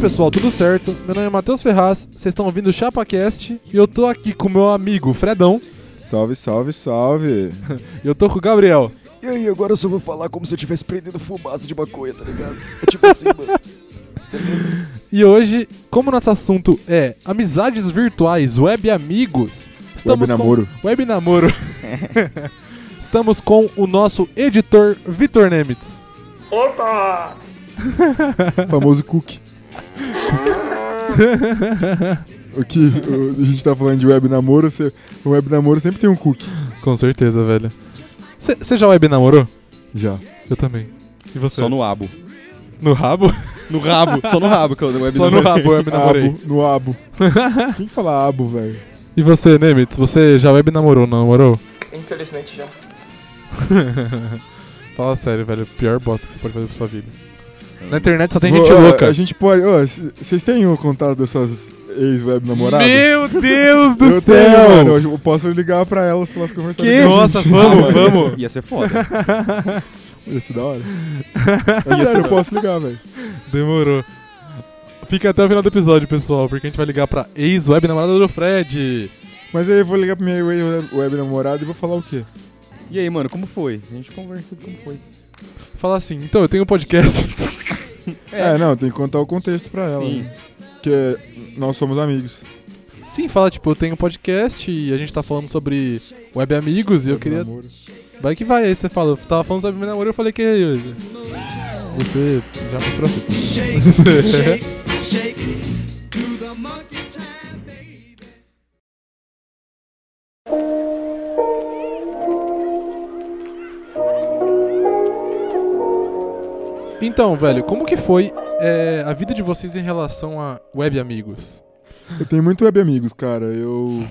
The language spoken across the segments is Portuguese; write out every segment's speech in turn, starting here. pessoal, tudo certo? Meu nome é Matheus Ferraz, vocês estão ouvindo o ChapaCast e eu tô aqui com meu amigo Fredão Salve, salve, salve. e eu tô com o Gabriel. E aí, agora eu só vou falar como se eu tivesse prendendo fumaça de maconha, tá ligado? É tipo assim, mano. E hoje, como nosso assunto é amizades virtuais, web amigos, Web namoro. com web namoro. estamos com o nosso editor Vitor Nemitz. Famoso Cook. o que o- a gente tá falando de web namoro, você- o web namoro sempre tem um cook. Com certeza, velho. Você já web namorou? Já. Eu também. E você? Só no abo. No rabo? No rabo, só no rabo que eu web Só no rabo, web namorei. Abo, no abo. Quem que fala abo, velho? E você, Nemitz, você já web namorou, não namorou? Infelizmente já. Fala sério, velho. Pior bosta que você pode fazer pra sua vida. Na internet só tem Vou- Ah, gente ó, louca. A gente pode... ó, c- Vocês têm o contato dessas ex-web namoradas? Meu Deus do Eu céu! tenho, mano. Eu Ah, posso ligar pra elas pra elas conversarem Que? com a gente. Nossa, vamos, vamos. Ia ser foda. Ia ser da hora. É sério, eu posso ligar, velho. Demorou. Fica até o final do episódio, pessoal, porque a gente vai ligar pra ex-web namorada do Fred. Mas aí eu vou ligar pra minha web- web namorada e vou falar o quê? E aí, mano, como foi? A gente conversa como foi. Fala assim, então, eu tenho um podcast. É, não, tem que contar o contexto pra ela. Sim. né? Porque nós somos amigos. Sim, fala, tipo, eu tenho um podcast e a gente tá falando sobre web amigos e eu queria... Namoro. Vai que vai, aí você fala, eu tava falando sobre meu namoro eu falei que... é Você já mostrou tudo. Então, velho, como que foi é, a vida de vocês em relação a web amigos? Eu tenho muito web amigos, cara. Eu.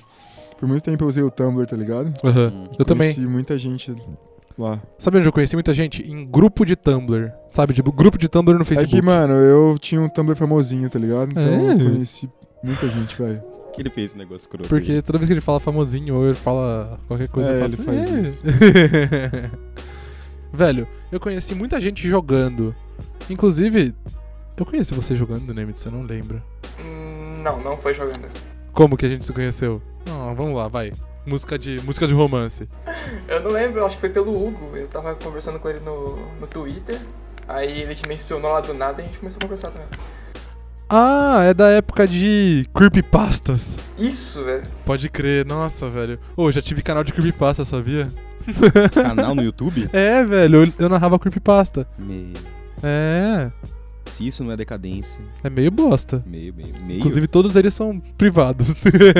Por muito tempo eu usei o Tumblr, tá ligado? Aham. Eu também. Conheci muita gente lá. É Sabe onde eu conheci muita gente? Em grupo de Tumblr. Sabe, tipo, grupo de Tumblr no É Facebook. que, mano, eu tinha um Tumblr famosinho, tá ligado? Então É? eu conheci muita gente, velho. Que ele fez esse negócio escroto. Porque toda vez que ele fala famosinho ou ele fala qualquer coisa, É, eu ele faço, faz "É". isso. Velho, eu conheci muita gente jogando. Inclusive, eu conheci você jogando, Nemitz, eu não lembro. Hum, Não, não foi jogando. Como que a gente se conheceu? Não, vamos lá, vai. Música de, música de romance. Eu não lembro, eu acho que foi pelo Hugo. Eu tava conversando com ele no, no Twitter. Aí ele te mencionou lá do nada e a gente começou a conversar também. Ah, é da época de creepypastas. Isso, velho. Pode crer, nossa, velho. Ô, já tive canal de creepypasta, sabia? Canal no YouTube? É, velho, eu, eu narrava creepypasta. Meio. É, Se isso não é decadência. é meio bosta. Meio, meio, meio. Inclusive, todos eles são privados.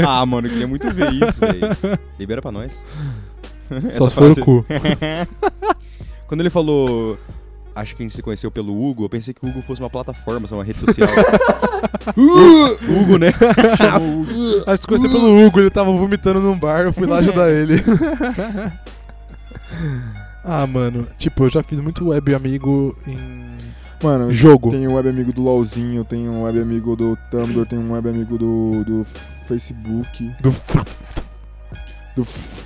Ah, mano, eu queria muito ver isso, velho. Libera pra nós. Só Essa se for frase- o cu. Quando ele falou. Acho que a gente se conheceu pelo Hugo, eu pensei que o Hugo fosse uma plataforma, só uma rede social. Uh, Hugo, né? Acho que conheci pelo Hugo, ele tava vomitando num bar, eu fui lá ajudar ele. ah, mano, tipo, eu já fiz muito web amigo em Mano, jogo. tem um web amigo do LOLzinho, tem um web amigo do Tumblr, tem um web amigo do, do Facebook, Do... do f...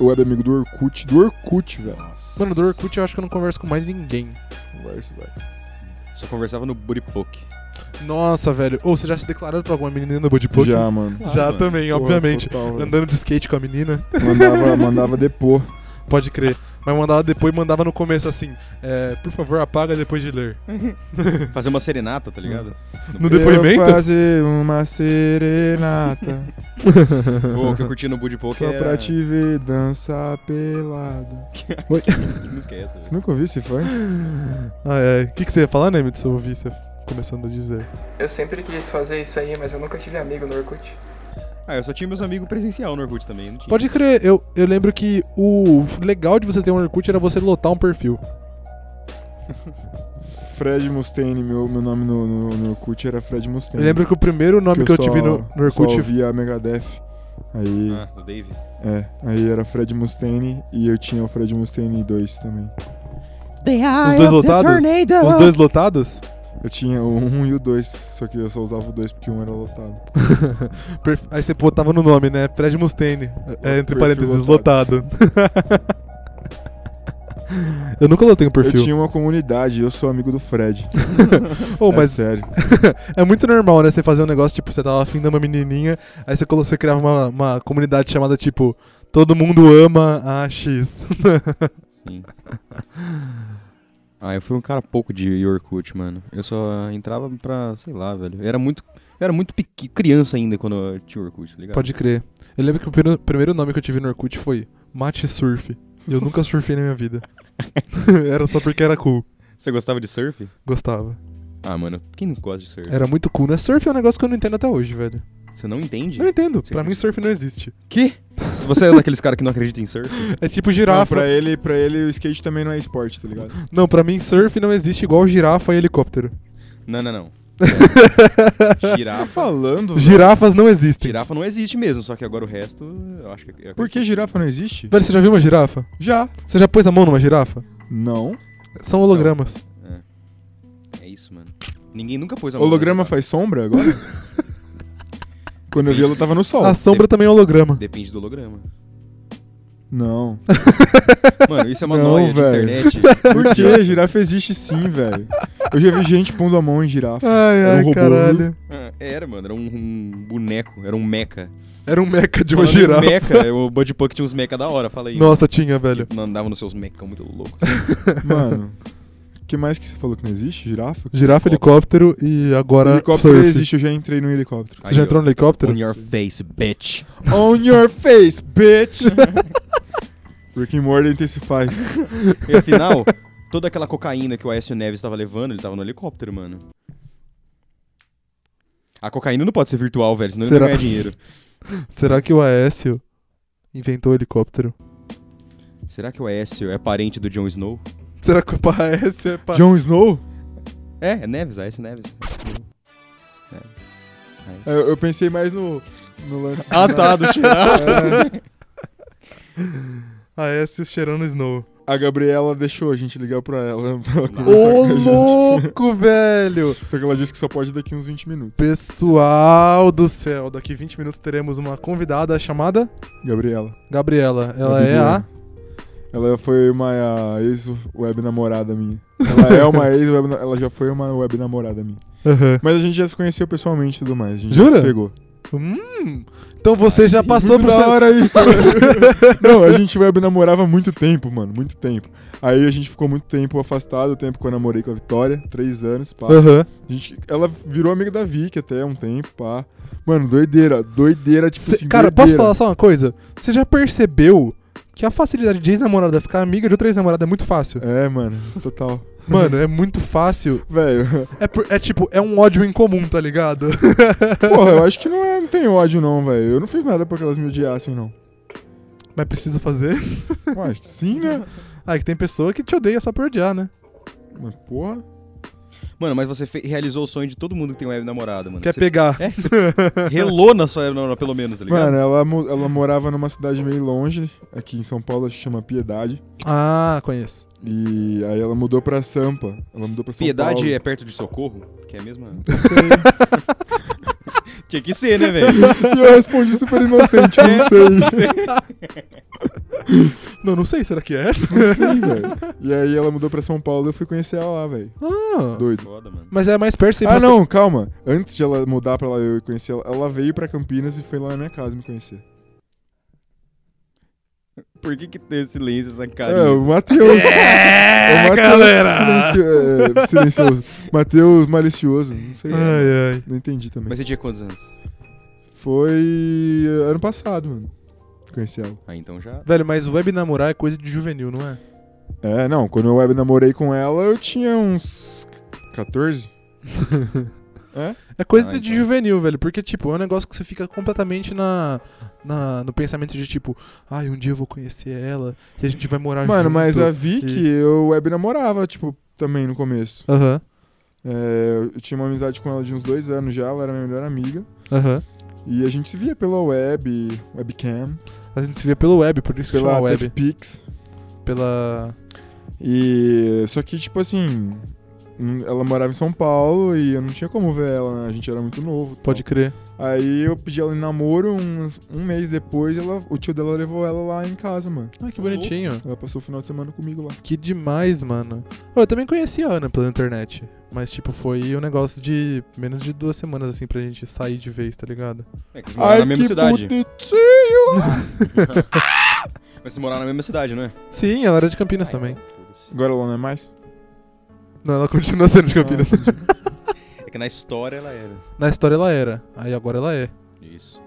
web amigo do Orkut, do Orkut, velho. Nossa. Mano, do Orkut eu acho que eu não converso com mais ninguém. Conversa, velho. Só conversava no Buripoke. Nossa, velho. Ou você já se declarou pra alguma menina no Budipok? Já, mano. Já mano. também, Porra, obviamente. total, velho. Andando de skate com a menina, Mandava, mandava depor. pode crer. Mas mandava depois, mandava no começo assim, é, por favor, apaga depois de ler. Fazer uma serenata, tá ligado? No depoimento? Eu fazer uma serenata Uhum. Pô, o que eu curti no Budipoke Só é... pra te ver dançar pelado Não esquece. né? velho. Nunca ouvi esse fã? Ai, ai. Ah, é. O que, que você ia falar, Nemitz? Eu ouvi você começando a dizer. Eu sempre quis fazer isso aí, mas eu nunca tive amigo no Orkut. Ah, eu só tinha meus amigos presencial no Orkut também, não tinha. Pode crer, eu, eu lembro que o legal de você ter um Orkut era você lotar um perfil. Fred Mustaine, meu, meu nome no, no, no Orkut era Fred Mustaine Eu lembro que o primeiro nome que, eu tive no, no Só Orkut. ouvia Megadeth Aí, Ah, do Dave. é, aí era Fred Mustaine e eu tinha o Fred Mustaine 2 também Os dois lotados? Os dois lotados? Eu tinha o 1 e o 2, só que eu só usava o 2 porque um era lotado Perf- Aí você botava no nome, né? Fred Mustaine. É, entre Perfil parênteses, lotado. lotado. Eu nunca lotei um Eu perfil. tinha uma comunidade, eu sou amigo do Fred. Ô, é Oh, mas sério. É muito normal, né? Você fazer um negócio, tipo, você tava afim de uma menininha, aí você, colocou, você criava uma, uma comunidade chamada, tipo, Todo Mundo Ama a X. Sim. Ah, eu fui um cara pouco de Orkut, mano. Eu só entrava pra, sei lá, velho. Eu era muito, eu era muito pequ- criança ainda quando eu tinha Orkut, tá ligado? Pode crer. Eu lembro que o primeiro, primeiro nome que eu tive no Orkut foi Mate Surf. E eu nunca surfei na minha vida. era só porque era cool. Você gostava de surf? Gostava. Ah, mano, quem não gosta de surf? Era muito cool, né? Surf é um negócio que eu não entendo até hoje, velho. Você não entende? Eu não entendo. Sim. Pra mim, surf não existe. Que? Você é daqueles caras que não acredita em surf? É tipo Não, girafa. Não, pra ele, pra ele o skate também não é esporte, tá ligado? pra, mim, surf não existe igual girafa e helicóptero. Não, não, não. Girafa. falando? Girafas não existem. Girafa não existe mesmo, só que agora o resto, eu acho que... é, eu Por que girafa não existe? Velho, você já viu uma girafa? Já. Você já pôs a mão numa girafa? Não. São hologramas. acredito. É isso, mano. Ninguém nunca pôs a mão na Holograma girafa. faz sombra agora? Quando eu vi ela tava no Oh, sol. A sombra também é holograma. Depende do holograma. Não. Mano, isso é uma Não, noia velho. de internet. Por que? Girafa existe sim, velho. Eu já vi gente pondo a mão em girafa. Era Ai, um ai, robô, caralho. Ah, era, mano. Era um, um boneco. Era um mecha. Era um meca de uma Falando em girafa. Mecha, o Bud Puck tinha uns mecha da hora, fala aí. Nossa, tinha, velho. Você Não andava nos seus mechão muito loucos. Mano. O que mais que você falou que não existe? Girafa? Girafa, helicóptero e agora helicóptero surf. existe, eu já entrei no helicóptero. Você já Aí, ó. entrou no helicóptero? On your face, bitch. On your face, bitch! Rick and Morty intensifies. E afinal, toda aquela cocaína que o Aécio Neves tava levando, ele tava no helicóptero, mano. A cocaína não pode ser virtual, velho, senão ele Será? não ganha dinheiro. Será que o Aécio inventou o helicóptero? Será que o Aécio é parente do Jon Snow? Será que o Aécio é pa... Jon Snow? É, é Neves, Aécio Neves. Neves. É, Aécio. É, Eu, eu pensei mais no, no lance. É, Ah tá, do Xirá. Aécio cheirando snow. A Gabriela deixou a gente ligar pra ela pra Ô, ela conversar com a gente. louco, velho! Só que ela disse que só pode daqui uns 20 minutos. Pessoal do céu, daqui 20 minutos teremos uma convidada chamada Gabriela. Gabriela. Ela é Gabriela. a... Ela foi uma ah, ex-web namorada minha. Ela é uma ex-web. na- Ela já foi uma web namorada minha. Aham. Mas a gente já se conheceu pessoalmente e tudo mais. A gente já Jura? se pegou. Hum, então você já passou Muito por... é da hora isso, velho. Não, a gente web namorava há muito tempo, mano. Muito tempo. Aí a gente ficou muito tempo afastado, o tempo que eu namorei com a Vitória. Três anos, pá. Aham. A gente, ela virou amiga da Vicky até um tempo, pá. Mano, doideira, doideira, tipo Cê- assim, cara, posso doideira. falar só uma coisa? Você já percebeu que a facilidade de ex-namorada ficar amiga de outra ex-namorada é muito fácil? É, mano, isso total. Mano, é muito fácil. Velho, É, por- é tipo, é um ódio em comum, tá ligado? porra, eu acho que não, é, não tem ódio não, velho. Eu não fiz nada pra que elas me odiassem, não. Mas precisa fazer. Eu acho que sim, né? Ah, que tem pessoa que te odeia só por odiar, né? Mas, Tá porra... Mano, mas você fe- realizou o sonho de todo mundo que tem web namorada, mano. Quer Você pegar. É, você relou na sua namorada, pelo menos, tá ligado? Mano, ela, mo- ela morava numa cidade meio longe, aqui em São Paulo, acho que chama Piedade. Ah, conheço. E aí ela mudou pra Sampa. Ela mudou pra São Piedade Paulo. é perto de Socorro, que é a mesma... Tinha que ser, né, velho? E eu respondi super inocente, não É. sei. Não, não sei, será que é? Não sei, velho. E aí ela mudou pra São Paulo e eu fui conhecer ela lá, velho. Ah, Doido. Foda, mano. mas é mais perto você ir Ah, pra- não, calma. Antes de ela mudar pra lá e eu conhecer ela, ela veio pra Campinas e foi lá na minha casa me conhecer. Por que que tem esse silêncio, essa carinha? É, o Matheus. É, o Matheus galera! silencio- é, silencioso. Matheus malicioso. Não sei. Ai, ai. Não entendi também. Mas você tinha quantos anos? Foi eh, ano passado, mano. Conheci ela. Ah, então já. Velho, mas web namorar é coisa de juvenil, não é? É, não, quando eu web namorei com ela, eu tinha uns 14. É coisa Ah, de então. juvenil, velho. Porque, tipo, é um negócio que você fica completamente na, na- no pensamento de, tipo, ai, um dia eu vou conhecer ela e a gente vai morar Mano, junto. mas a Vicky, E- eu web namorava, tipo, também no começo. Aham, É, eu tinha uma amizade com ela de uns dois anos já, ela era minha melhor amiga. aham. E a gente se via pela web, webcam, A gente se via pelo web, por isso que pela chama web. TechPix. Pela. E só que tipo assim, Hum, Ela morava em São Paulo e eu não tinha como ver ela, né? A gente era muito novo. tal. Pode crer. Aí eu pedi ela em namoro, uns- um mês depois ela, o tio dela levou ela lá em casa, mano. Ah, que bonitinho. Ela passou o final de semana comigo lá. Que demais, mano. Ô, eu também conheci a Ana pela internet. Mas, tipo, foi um negócio de menos de duas semanas, assim, pra gente sair de vez, tá ligado? É, que eles moraram na mesma cidade. bonitinho! Mas se morar na mesma cidade, não é? Sim, ela era de Campinas também. Agora ela não é mais? Não, ela continua sendo de Campinas. É que na história ela era. Na história ela era, aí agora ela é. Isso.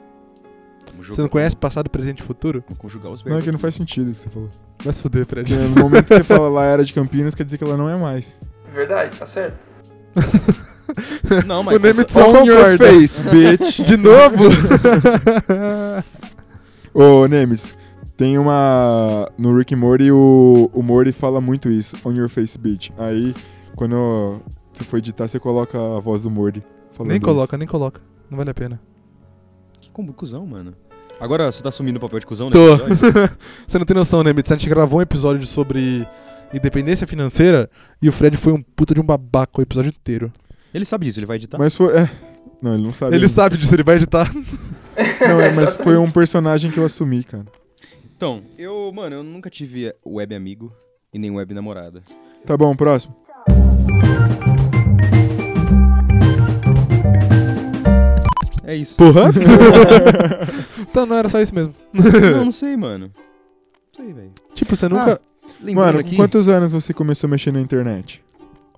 Vamos Você não conhece passado, presente e futuro? Vamos conjugar os Não, é verbos. que não faz sentido o que você falou. Vai se fuder, Porque Fred. no momento que você fala lá era de Campinas, quer dizer que ela não é mais. Verdade, tá certo. Não, O mas. tá Nemitz só On your concorda. face, bitch! De novo? Ô, Nemes, tem uma. No Rick and Morty, o, o Morty fala muito isso. On your face, bitch. Aí, quando você for editar, você coloca a voz do Morty. falando nem isso. coloca, nem coloca. Não vale a pena. Que como cuzão, mano. Agora você tá assumindo o papel de cuzão, né? Tô. Você não tem noção, né, Mitz? A gente gravou um episódio sobre independência financeira e o Fred foi um puta de um babaca o episódio inteiro. Ele sabe disso, ele vai editar. Mas foi. é. Não, ele não sabe. tá? Ele sabe disso, ele vai editar. Não, é, mas foi um personagem que eu assumi, cara. Então, eu, mano, eu nunca tive web amigo e nem web namorada. Tá bom, próximo. É isso. Porra? então não era só isso mesmo. não, não sei, mano. Não sei, velho. Tipo, você nunca. Ah, Lembrando Mano, aqui. com quantos anos você começou a mexer na internet?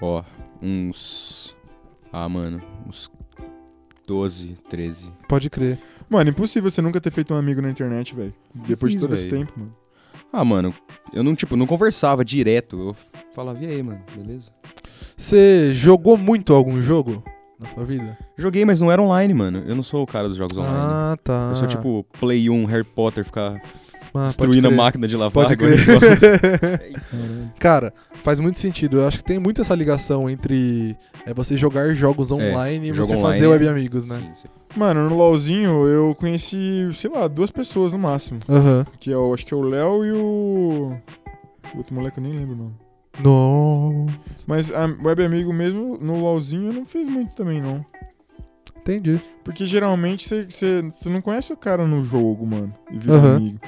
Ó, uns. Ah, mano, uns 12, 13. Pode crer. Mano, impossível você nunca ter feito um amigo na internet, velho. Depois de fiz, todo esse velho. tempo, mano. Ah, mano, eu não, tipo, não conversava direto. Eu f- falava, e aí, mano, beleza? Você jogou muito algum jogo na sua vida? Joguei, mas não era online, mano. Eu não sou o cara dos jogos online. Ah, tá. Eu sou tipo Play 1, Harry Potter, ficar Ah, pode destruindo a crer. máquina né? de lavar. Pode quando crer. eu falo. Cara, faz muito sentido. Eu acho que tem muito essa ligação entre é, você jogar jogos online e jogo você online. é fazer web amigos, né? Sim, sim. Mano, no LOLzinho eu conheci, sei lá, duas pessoas no máximo. Aham. Que é o, acho que é o Léo e o. O outro moleque eu nem lembro o nome. Não. Mas a web amigo mesmo, no LOLzinho, eu não fiz muito também, não. Entendi. Porque geralmente você- você você não conhece o cara no jogo, mano. E vira Aham. amigo.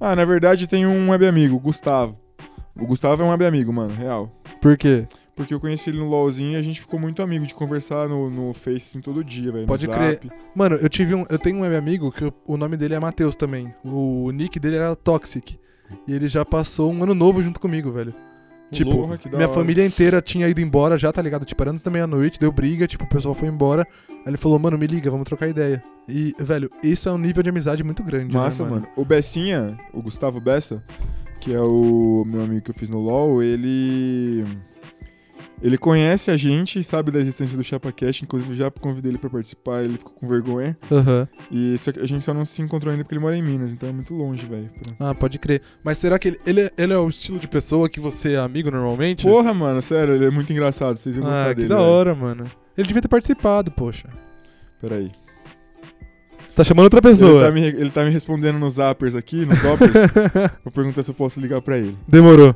Ah, na verdade tem um web amigo, o Gustavo. O Gustavo é um web amigo, mano, real. Por quê? Porque eu conheci ele no LOLzinho e a gente ficou muito amigo de conversar no, no Face assim, todo dia, velho. no Pode Zap. Mano, eu tive um. Eu tenho um web amigo que o- o nome dele é Matheus também. O nick dele era Toxic. E ele já passou um ano novo junto comigo, velho. Tipo, louco, que da minha hora. família inteira tinha ido embora já, tá ligado? Tipo, era antes da meia-noite, deu briga, tipo, o pessoal foi embora. Aí ele falou, mano, me liga, vamos trocar ideia. E, velho, isso é um nível de amizade muito grande. né, Massa, mano. O Bessinha, o Gustavo Bessa, que é o meu amigo que eu fiz no LoL, ele. Ele conhece a gente, sabe da existência do ChapaCast, inclusive eu já convidei ele pra participar, ele ficou com vergonha. Aham. E só que a gente só não se encontrou ainda porque ele mora em Minas, então é muito longe, velho. pra- Ah, pode crer. Mas será que ele, ele, é- ele é o estilo de pessoa que você é amigo normalmente? Porra, mano, sério, ele é muito engraçado, vocês iam gostar ah, que dele. da velho. hora, mano. Ele devia ter participado, poxa. Peraí. Tá chamando outra Ele pessoa. tá, me, ele tá me respondendo nos zappers aqui, nos zappers. Vou perguntar se eu posso ligar pra ele. Demorou.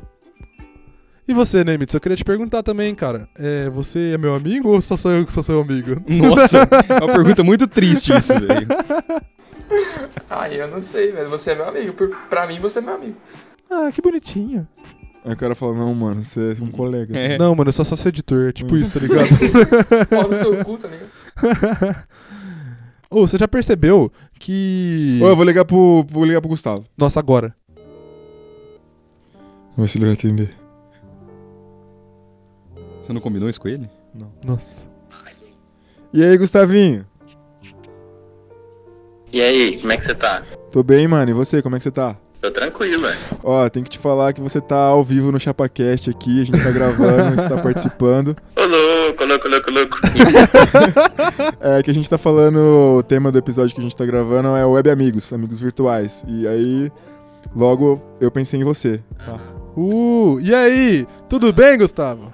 E você, Nemitz? Eu queria te perguntar também, cara. É, você é meu amigo ou só sou eu que sou seu amigo? Nossa, é uma pergunta muito triste isso, velho. Ah, eu não sei, velho. Você é meu amigo. Por- Pra mim, você é meu amigo. Ah, que bonitinho. Aí o cara fala: Não, mano, você é um colega. É. Não, mano, eu sou só seu editor. é Tipo Hum. isso, tá ligado? Pau no seu cu, tá ligado? Ô, você já percebeu que. Ô, eu vou ligar pro. Vou ligar pro Gustavo. Nossa, agora. Vamos ver se ele vai atender. Você não combinou isso com ele? Nossa. E aí, Gustavinho? E aí, como é que você tá? Tô bem, mano. E você, como é que você tá? Tô tranquilo, velho. Ó, tem que te falar que você tá ao vivo no ChapaCast aqui, a gente tá gravando, você tá participando. Ô louco, louco, louco, louco. É que a gente tá falando, o tema do episódio que a gente tá gravando é Web Amigos, amigos virtuais. E aí, logo eu pensei em você. Uh, e aí? Tudo bem, Gustavo?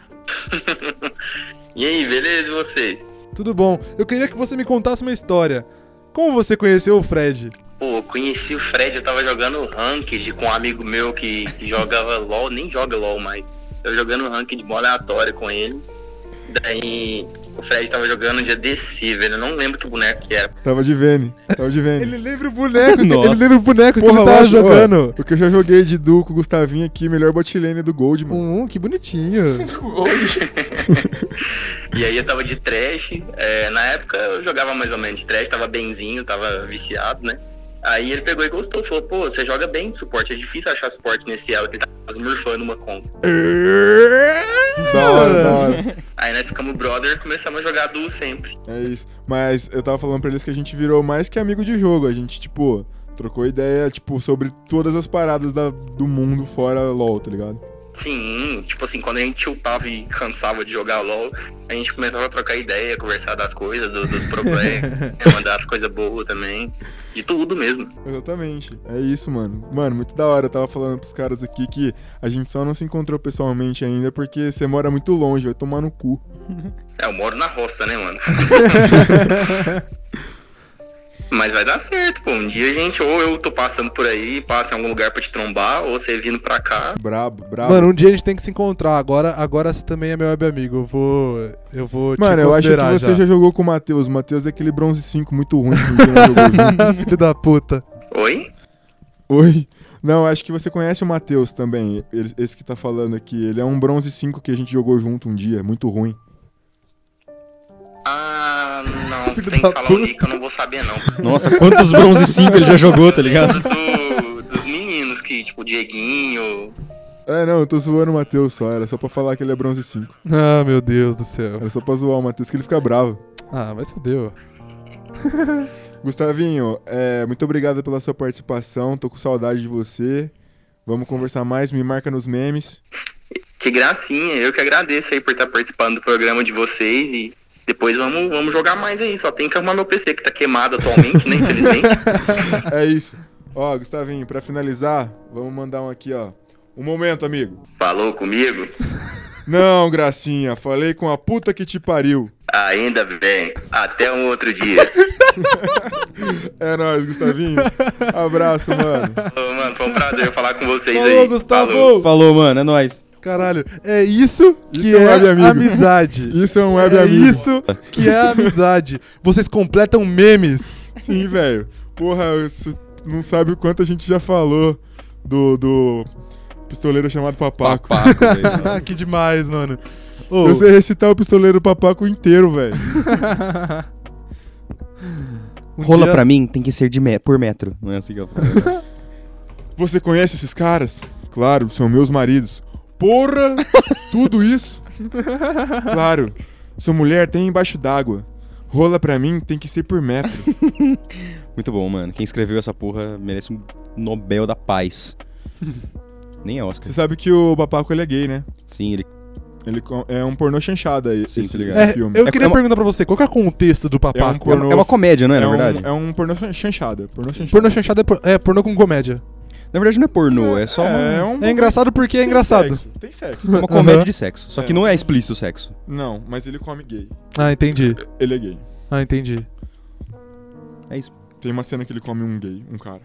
E aí, beleza e vocês? Tudo bom. Eu queria que você me contasse uma história. Como você conheceu o Fred? Pô, eu conheci o Fred, eu tava jogando Ranked com um amigo meu que, que jogava LOL, nem joga LOL mais. Eu jogando Ranked de bola aleatória com ele. Daí o Fred tava jogando de ADC, velho. Eu não lembro que boneco que era. Tava de Vene. Tava de Vene. lembra o boneco, Nossa. ele lembra o boneco que Porra, ele tava lógico, jogando. Porque eu já joguei de duo com o Gustavinho aqui, melhor botlane do Gold, mano. Um, que bonitinho. E aí eu tava de trash. é, na época eu jogava mais ou menos trash, tava benzinho, tava viciado, né? Aí ele pegou e gostou, falou, pô, você joga bem de suporte, é difícil achar suporte nesse elo que ele tava murfando uma conta. Da hora, da hora. Aí nós ficamos brother e começamos a jogar duo sempre. É isso. Mas eu tava falando pra eles que a gente virou mais que amigo de jogo. A gente, tipo, trocou ideia, tipo, sobre todas as paradas da- do mundo fora LOL, tá ligado? Sim, tipo assim, quando a gente chupava e cansava de jogar LOL, a gente começava a trocar ideia, conversar das coisas, do- dos problemas, né, mandar as coisas boas também, de tudo mesmo. Exatamente. É isso, mano. Mano, muito da hora. Eu tava falando pros caras aqui que a gente só não se encontrou pessoalmente ainda porque você mora muito longe, vai tomar no cu. É, eu moro na roça, né, mano? Mas vai dar certo, pô. Um dia a gente, ou eu tô passando por aí, passa em algum lugar pra te trombar, ou você vindo pra cá. Brabo, brabo. Mano, um dia a gente tem que se encontrar. Agora, agora você também é meu web amigo. Eu vou. Eu vou te Mano, eu acho que considerar você já. já. jogou com o Matheus. O Matheus é aquele bronze 5 muito ruim que ninguém jogou junto. Filho da puta. Oi? Oi? Não, acho que você conhece o Matheus também. ele- esse que tá falando aqui. Ele é um bronze 5 que a gente jogou junto um dia. Muito ruim. Ah, não, Filho sem da falar o puta. nick eu não vou saber, não. Nossa, quantos bronze 5 ele já jogou, tá ligado? Do- dos meninos que, tipo, o Dieguinho, É, não, eu tô zoando o Matheus só. Era só pra falar que ele é bronze 5. Ah, meu Deus do céu. Era só pra zoar o Matheus que ele fica bravo. Ah, mas fudeu. Gustavinho, é, muito obrigado pela sua participação. Tô com saudade de você. Vamos conversar mais. Me marca nos memes. Que gracinha, eu que agradeço aí por estar participando do programa de vocês e depois vamos, vamos jogar mais aí. Só tem que arrumar meu PC que tá queimado atualmente, né? Infelizmente. É isso. Ó, Gustavinho, pra finalizar, vamos mandar um aqui, ó. Um momento, amigo. Falou comigo? Não, gracinha. Falei com a puta que te pariu. Ainda bem. Até um outro dia. É nóis, Gustavinho. Abraço, mano. Ô, mano, foi um prazer falar com vocês Falou, aí. Gustavo! Falou. Falou, mano, é nóis. Caralho, é isso que Isso é um web é, amigo. amizade. Isso é um web é amigo. isso que é amizade. Vocês completam memes. Sim, velho. Porra, você não sabe o quanto a gente já falou do, do pistoleiro chamado Papaco. Papaco, velho. Ah, que demais, mano. Ô, Eu sei recitar o pistoleiro Papaco inteiro, velho. um Rola dia- pra mim tem que ser de me- por metro. Não é assim que eu falo. Você conhece esses caras? Claro, são meus maridos. Porra! Tudo isso? Claro, sua mulher tem embaixo d'água. Rola pra mim tem que ser por metro. Muito bom, mano. Quem escreveu essa porra merece um Nobel da Paz. Nem é Você Oscar. sabe que o Papaco ele é gay, né? Sim, ele. Ele co- é um pornô chanchada aí, Sim, esse, tô ligado. esse É, filme. eu É- queria é uma- perguntar pra você, qual que é o contexto do É um papaco? pornô- É uma comédia, não é? É na um- verdade. é um pornô chan- chanchada. Pornô chanchada. Pornô chanchado é, por- é pornô com comédia. Na verdade não é pornô, é só uma, É, um É engraçado porque é engraçado. Tem sexo. uma comédia Aham. de sexo. Só É. que não é explícito o sexo. Não, mas ele come gay. Ah, entendi. Ele é gay. Ah, entendi. É isso. Tem uma cena que ele come um gay, um cara.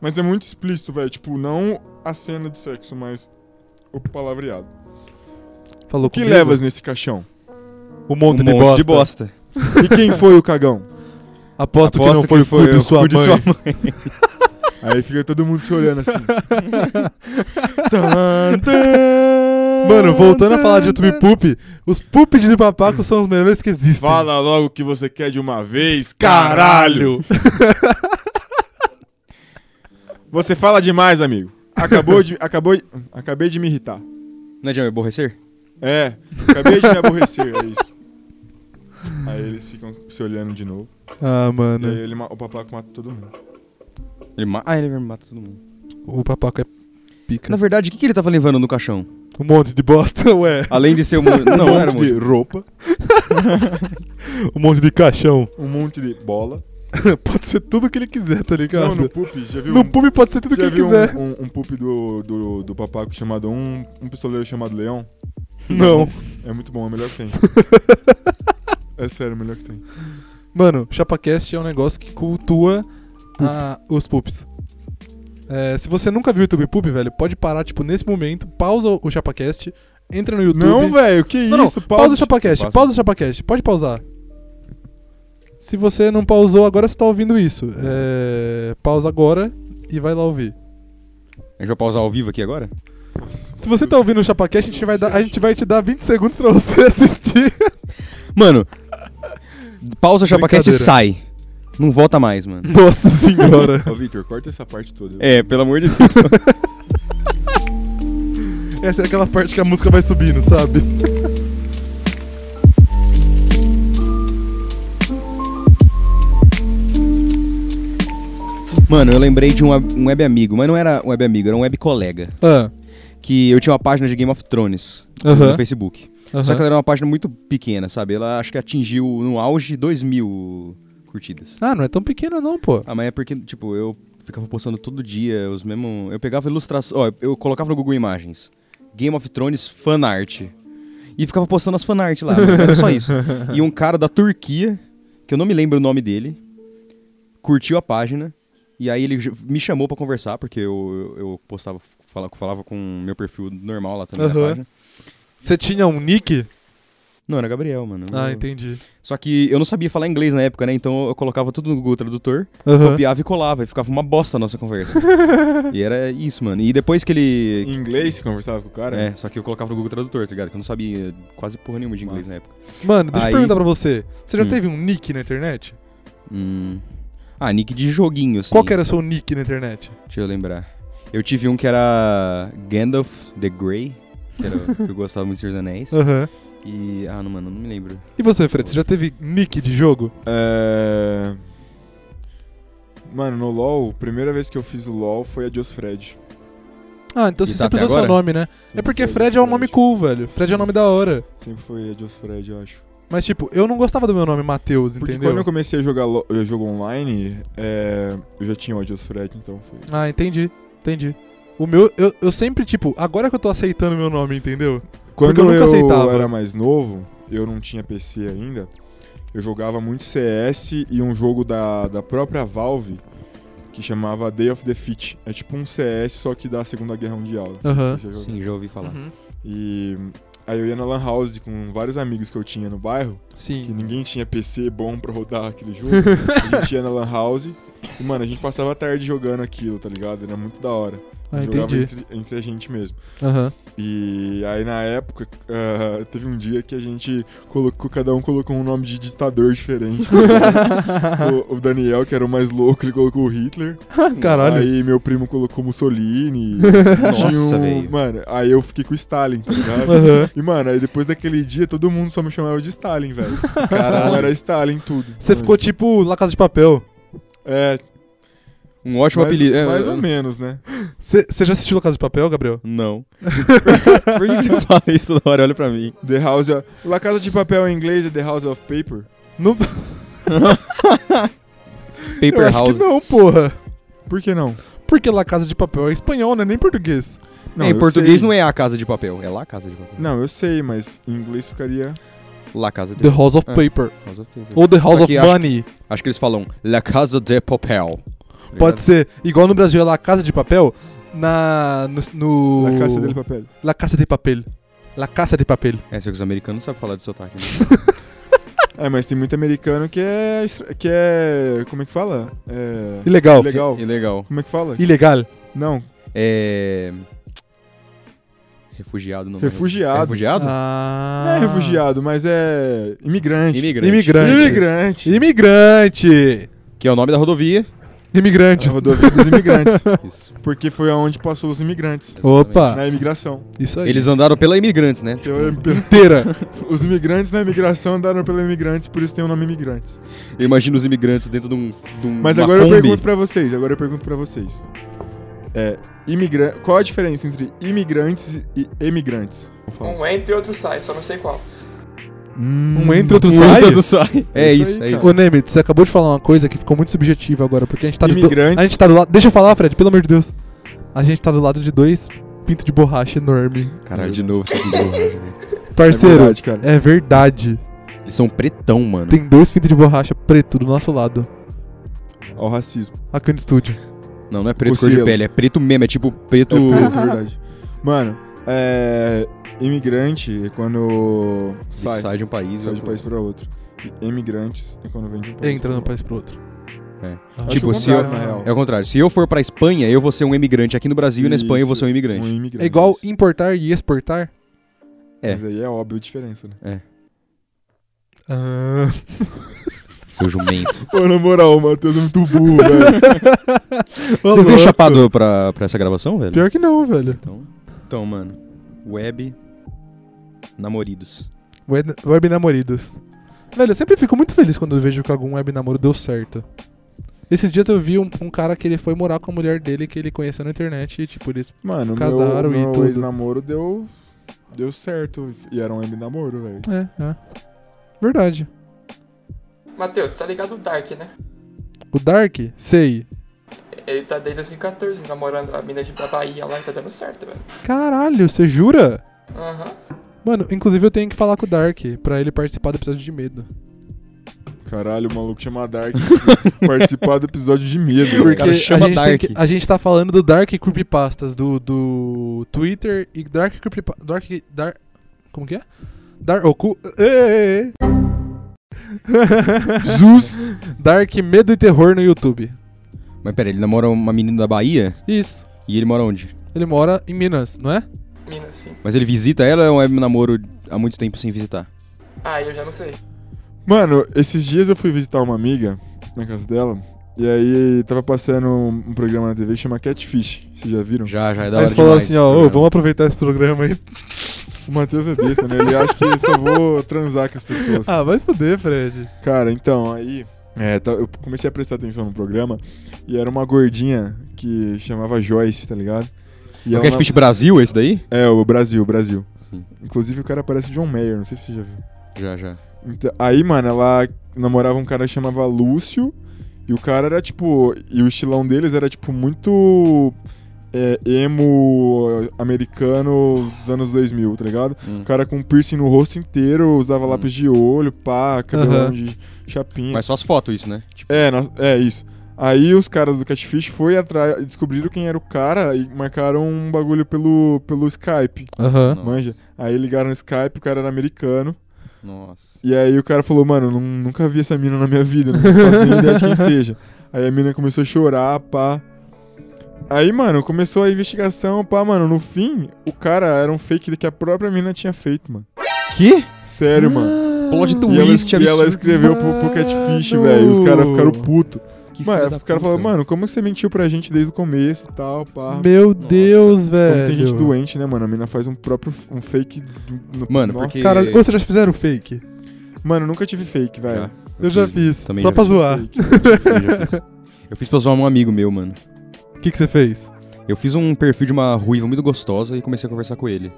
mas é muito explícito, velho. Tipo, não a cena de sexo, mas o palavreado. Falou O que comigo? levas nesse caixão? Um monte, um de, monte bosta. de bosta. E quem foi o cagão? Aposto, Aposto que não foi, o cu eu, de sua cu mãe. de sua mãe. Aí fica todo mundo se olhando assim. Mano, voltando a falar de YouTube Poop, os Poop de papaco são os melhores que existem. Fala logo o que você quer de uma vez, Caralho! Você fala demais, amigo. Acabou de. Acabou de- Acabei de me irritar. Não é de me aborrecer? É, acabei de me aborrecer, é isso. Aí eles ficam se olhando de novo. Ah, E mano. aí ele, ma- o papaco mata todo mundo. Ele ma- Ah, ele mata todo mundo. O papaco é pica. Na verdade, o que, que ele tava levando no caixão? Um monte de bosta, ué. Além de ser um. Não, um não era um. monte de roupa, Um monte de caixão. um monte de bola. pode ser tudo que ele quiser, tá ligado? Não, no poop, já viu? No um, Poop pode ser tudo que já ele viu quiser. um, um, um poop do, do, do papaco chamado um, um pistoleiro chamado Leão? Não. É muito bom, é o melhor que tem. é sério, é o melhor que tem. Mano, ChapaCast é um negócio que cultua a- os poops. É, se você nunca viu o YouTube Poop, velho, pode parar, tipo, nesse momento, pausa o ChapaCast entra no YouTube. Não, velho, que Não, não, isso? pausa o Pausa. Chapacast, Pausa. pausa o Chapacast, pode pausar. Se você não pausou, agora você tá ouvindo isso. É, pausa agora e vai lá ouvir. A gente vai pausar ao vivo aqui agora? Se você tá ouvindo o Chapacast, a gente vai, dar, a gente vai te dar 20 segundos pra você assistir. Mano, pausa o Chapacast e Brincadeira. sai. Não volta mais, mano. Nossa senhora. Ô, Victor, corta essa parte toda. É, pelo amor de Deus. Essa é aquela parte que a música vai subindo, sabe? Mano, eu lembrei de um, web- um web amigo, mas não era um web amigo, era um web colega. Ah, Que eu tinha uma página de Game of Thrones Aham. no Facebook. aham. Só que ela era uma página muito pequena, sabe? Ela acho que atingiu no auge 2 mil curtidas. Ah, não é tão pequeno não, pô. Ah, mas é porque, tipo, eu ficava postando todo dia os mesmos. Eu pegava ilustração. Ó, eu colocava no Google Imagens. Game of Thrones fanart. E ficava postando as fanart lá. mano, Era só isso. E um cara da Turquia, que eu não me lembro o nome dele, curtiu a página. E aí ele j- me chamou pra conversar, porque eu, eu, eu postava, fala- falava com o meu perfil normal lá também Aham. na página. Você tinha um nick? Não, era Gabriel, mano. Ah, Eu- entendi. Só que eu não sabia falar inglês na época, né? Então eu colocava tudo no Google Tradutor. Aham. copiava e colava, e ficava uma bosta a nossa conversa. e era isso, mano. E depois que Em ele. inglês, você conversava com o cara? É, só que eu colocava no Google Tradutor, tá ligado? Que eu não sabia quase porra nenhuma de inglês Massa. na época. Mano, deixa Aí- eu perguntar pra você. Você já Hum. teve um nick na internet? Hum. Ah, nick de joguinho, assim. Qual que era seu nick na internet? Deixa eu lembrar. Eu tive um que era Gandalf the Grey, que era o que eu gostava muito de Senhor dos Anéis. Aham. E. Ah, não, mano, não me lembro. E você, Fred, você já teve nick de jogo? É... Mano, no LoL, a primeira vez que eu fiz o LoL foi a Just Fred. Ah, então E você tá sempre até usou seu agora? nome, né? Sempre é porque foi Fred é um nome cool, velho. Fred é um nome da hora. Sempre foi a Just Fred, eu acho. Mas, tipo, eu não gostava do meu nome, Matheus, Porque entendeu? quando eu comecei a jogar lo- eh, jogo online, é, eu já tinha o Just Fred, então foi. Ah, entendi. Entendi. O meu, eu, eu sempre, tipo, agora que eu tô aceitando meu nome, entendeu? Quando eu nunca eu aceitava. era mais novo, eu não tinha PC ainda. Eu jogava muito CS e um jogo da, da própria Valve que chamava Day of Defeat. É tipo um CS, só que da Segunda Guerra Mundial. Não sei se Aham. você já jogou. Sim, já ouvi falar. E aí eu ia na Lan House com vários amigos que eu tinha no bairro, que Sim. ninguém tinha PC bom pra rodar aquele jogo. a gente ia na Lan House e, mano, a gente passava a tarde jogando aquilo, tá ligado? Era muito da hora. Ah, Jogava entendi. entre, entre a gente mesmo. Aham. E aí na época, ah, teve um dia que a gente colocou, cada um colocou um nome de ditador diferente. tá ligado? o, o Daniel, que era o mais louco, ele colocou o Hitler. Caralho. Aí meu primo colocou Mussolini. Nossa, Tinha um- velho. Mano, aí eu fiquei com o Stalin, tá ligado? Aham. E, mano, aí depois daquele dia, todo mundo só me chamava de Stalin, velho. Caralho. Era Stalin tudo. Você ficou tipo La Casa de Papel. É, Um ótimo mais, apelido. É, mais eu- ou menos, né? Você você já assistiu La Casa de Papel, Gabriel? Não. Por que que você fala isso toda hora? Olha pra mim. The House of... La Casa de Papel em inglês é The House of Paper? Não, Paper eu acho House. que não, porra. Por que não? Porque La Casa de Papel é espanhol, né? Nem português. Não, É, em eu português sei. não é a casa de papel, é lá a casa de papel. Não, eu sei, mas em inglês ficaria... La casa de The House of Ah. Paper. House of Papel. Ou The House Só of que acho Money. Acho que eles falam La casa de papel. Pode ser igual no Brasil, é La Casa de Papel. Na. No. no La Casa dele Papel. La Casa de Papel. La Casa de Papel. É, só que os americanos não sabem falar de sotaque. Né? É, mas tem muito americano que é... estra- Que é... Como é que fala? É... Ilegal. Legal. É legal. Como é que fala? Ilegal. Não, É. Refugiado não. Refugiado. É refugiado? Ah. não é refugiado, mas é... Imigrante. Imigrante. Imigrante. Imigrante. Imigrante. Que é o nome da rodovia. Imigrante. A rodovia dos imigrantes. Isso. Porque foi aonde passou os imigrantes. Opa. Na imigração. Então, Isso aí. Eles andaram pela imigrantes, né? Pela- pela- Inteira. os imigrantes na imigração andaram pela imigrantes, por isso tem o nome imigrantes. Eu imagino os imigrantes dentro de um. De um Mas uma agora eu Kombi. pergunto pra vocês, agora eu pergunto pra vocês. É, imigra qual a diferença entre imigrantes e emigrantes? Vou falar. Um entra e outro sai, só não sei qual. Um entra, outro Um sai. entra, outro sai. É Isso isso, aí, é cara. isso. Ô, Nemitz, você acabou de falar uma coisa que ficou muito subjetiva agora, porque a gente tá do- Imigrantes. a gente tá do lado. Deixa eu falar, Fred, pelo amor de Deus. A gente tá do lado de dois pintos de borracha enorme. Caralho, de novo esse borracha, velho. Parceiro, É verdade, cara. é verdade. Eles são pretão, mano. Tem dois pintos de borracha preto do nosso lado. É. Ó, o racismo. Aqui no estúdio. Não, não é preto cor de Cocirelo. pele, é preto mesmo. É tipo preto. É preto, é verdade. Mano, é, imigrante é quando sai, Sai, sai de um país. sai de um eu- país para outro. E emigrantes é quando vem de um país Entra pra de um outro. país pro outro. É. Ah, Tipo, Acho o se eu- contrário, na real. É o contrário. Se eu for pra Espanha, eu vou ser um imigrante aqui no Brasil e na Espanha eu vou Isso, ser um imigrante. Um imigrante. É igual importar e exportar? É. Mas aí é óbvio a diferença, né? Ah, Seu jumento. Pô, na moral, o Matheus é muito burro, velho. Você veio chapado pra, pra essa gravação, velho? pior que não, velho. Então, então, mano. Web. Namoridos. Web, web namoridos. Velho, eu sempre fico muito feliz quando eu vejo que algum web namoro deu certo. Esses dias eu vi um, um cara que ele foi morar com a mulher dele que ele conheceu na internet e, tipo, eles. Mano, Casaram e meu, tudo. meu ex-namoro deu, deu certo. E era um M-namoro, velho. É, é. Verdade. Matheus, tá ligado o Dark, né? O Dark, sei. Ele tá desde 2014 namorando a mina de, da Bahia lá e tá dando certo, velho. Caralho, você jura? Aham. Mano, inclusive eu tenho que falar com o Dark pra ele participar do episódio de medo. Caralho, o maluco chama Dark participar do episódio de medo. velho. Porque cara chama a, gente tem Dark. que- a gente tá falando do Dark Creepypastas, do, do Twitter e Dark Creepypastas. Dark. Dar, como que é? Dark. Ocu. Ê, ê, ê. Jesus! Dark Medo e Terror no YouTube. Mas pera, ele namora uma menina da Bahia? Isso. E ele mora onde? Ele mora em Minas, não é? Mina, sim. Mas ele visita ela ou é um web namoro há muito tempo sem visitar? Ah, eu já não sei. Mano, esses dias eu fui visitar uma amiga na casa dela. E aí tava passando um um programa na TV que chama Catfish. Vocês já viram? Já, já é da Aí hora você falou demais assim, tá esse ó, ô, programa. vamos aproveitar esse programa aí. O Matheus é besta, né? Ele acha que eu só vou transar com as pessoas. Ah, vai se fuder, Fred. Cara, então, aí. é, tá- eu comecei a prestar atenção no programa e era uma gordinha que chamava Joyce, tá ligado? E É o ela Catfish Brasil, esse daí? na- É, o Brasil, o Brasil. Sim. Inclusive o cara parece o John Mayer, não sei se você já viu. Já, já. Então, aí, mano, ela namorava um cara que chamava Lúcio e o cara era tipo. E o estilão deles era tipo muito. é, emo americano dos anos 2000, tá ligado? Hum. O cara com piercing no rosto inteiro, usava Hum. lápis de olho, pá, cabelão Aham. de chapinha. Mas só as fotos, isso, né? Tipo, É, nós- é isso. Aí os caras do Catfish foi atrás, descobriram quem era o cara e marcaram um bagulho pelo, pelo Skype, Aham. Nossa. manja. Aí ligaram no Skype, o cara era americano. nossa. E aí o cara falou, mano, nun- nunca vi essa mina na minha vida, não faço nem ideia de quem seja. Aí a mina começou a chorar, pá. Aí, mano, começou a investigação, pá, mano. No fim, o cara era um fake que a própria mina tinha feito, mano. Que? Sério, mano. Plot E ela, twist e ela absurdo. escreveu pro, pro Catfish, velho. Os caras ficaram putos. Que filho Mano, da os caras puta. falam, mano, como que você mentiu pra gente desde o começo e tal, pá. Ah, Meu Deus, Como velho. tem gente doente, né, mano? A mina faz um próprio f- um fake do, no- Mano, nossa. porque- Cara, ou vocês já fizeram fake? Mano, eu nunca tive fake, velho. Já. Eu já fiz. também só já pra fiz. zoar. Fake. Eu já fiz. Eu fiz pra zoar um amigo meu, mano. O que que você fez? Eu fiz um perfil de uma ruiva muito gostosa e comecei a conversar com ele.